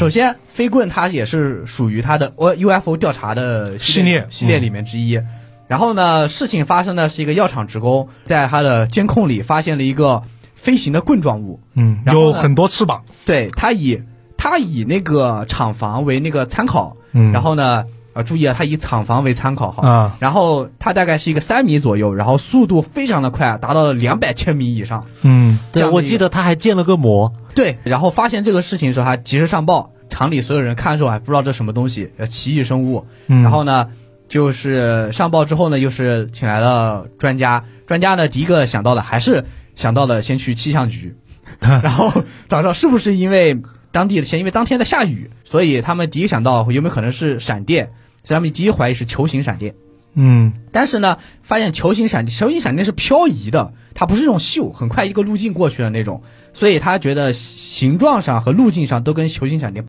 首先，飞棍它也是属于它的呃 O UFO 调查的系系列系列里面之一。然后呢，事情发生的是一个药厂职工在他的监控里发现了一个飞行的棍状物，嗯，然后有呢很多翅膀，对他以他以那个厂房为那个参考，嗯，然后呢，呃，注意啊，他以厂房为参考哈。嗯啊，然后它大概是一个三米左右，然后速度非常的快，达到了两百千米以上。嗯这对，样的我一记个得他还建了个模，对，然后发现这个事情的时候，他及时上报，厂里所有人看的时候还不知道这什么东西，呃，奇异生物。嗯，然后呢，就是上报之后呢，又是请来了专家，专家呢第一个想到的还是想到了先去气象局，然后找找是不是因为当地的前因为当天在下雨，所以他们第一个想到有没有可能是闪电，所以他们第一怀疑是球形闪电。嗯但是呢，发现球形闪电，球形闪电是漂移的，它不是那种咻，很快一个路径过去的那种，所以他觉得形状上和路径上都跟球形闪电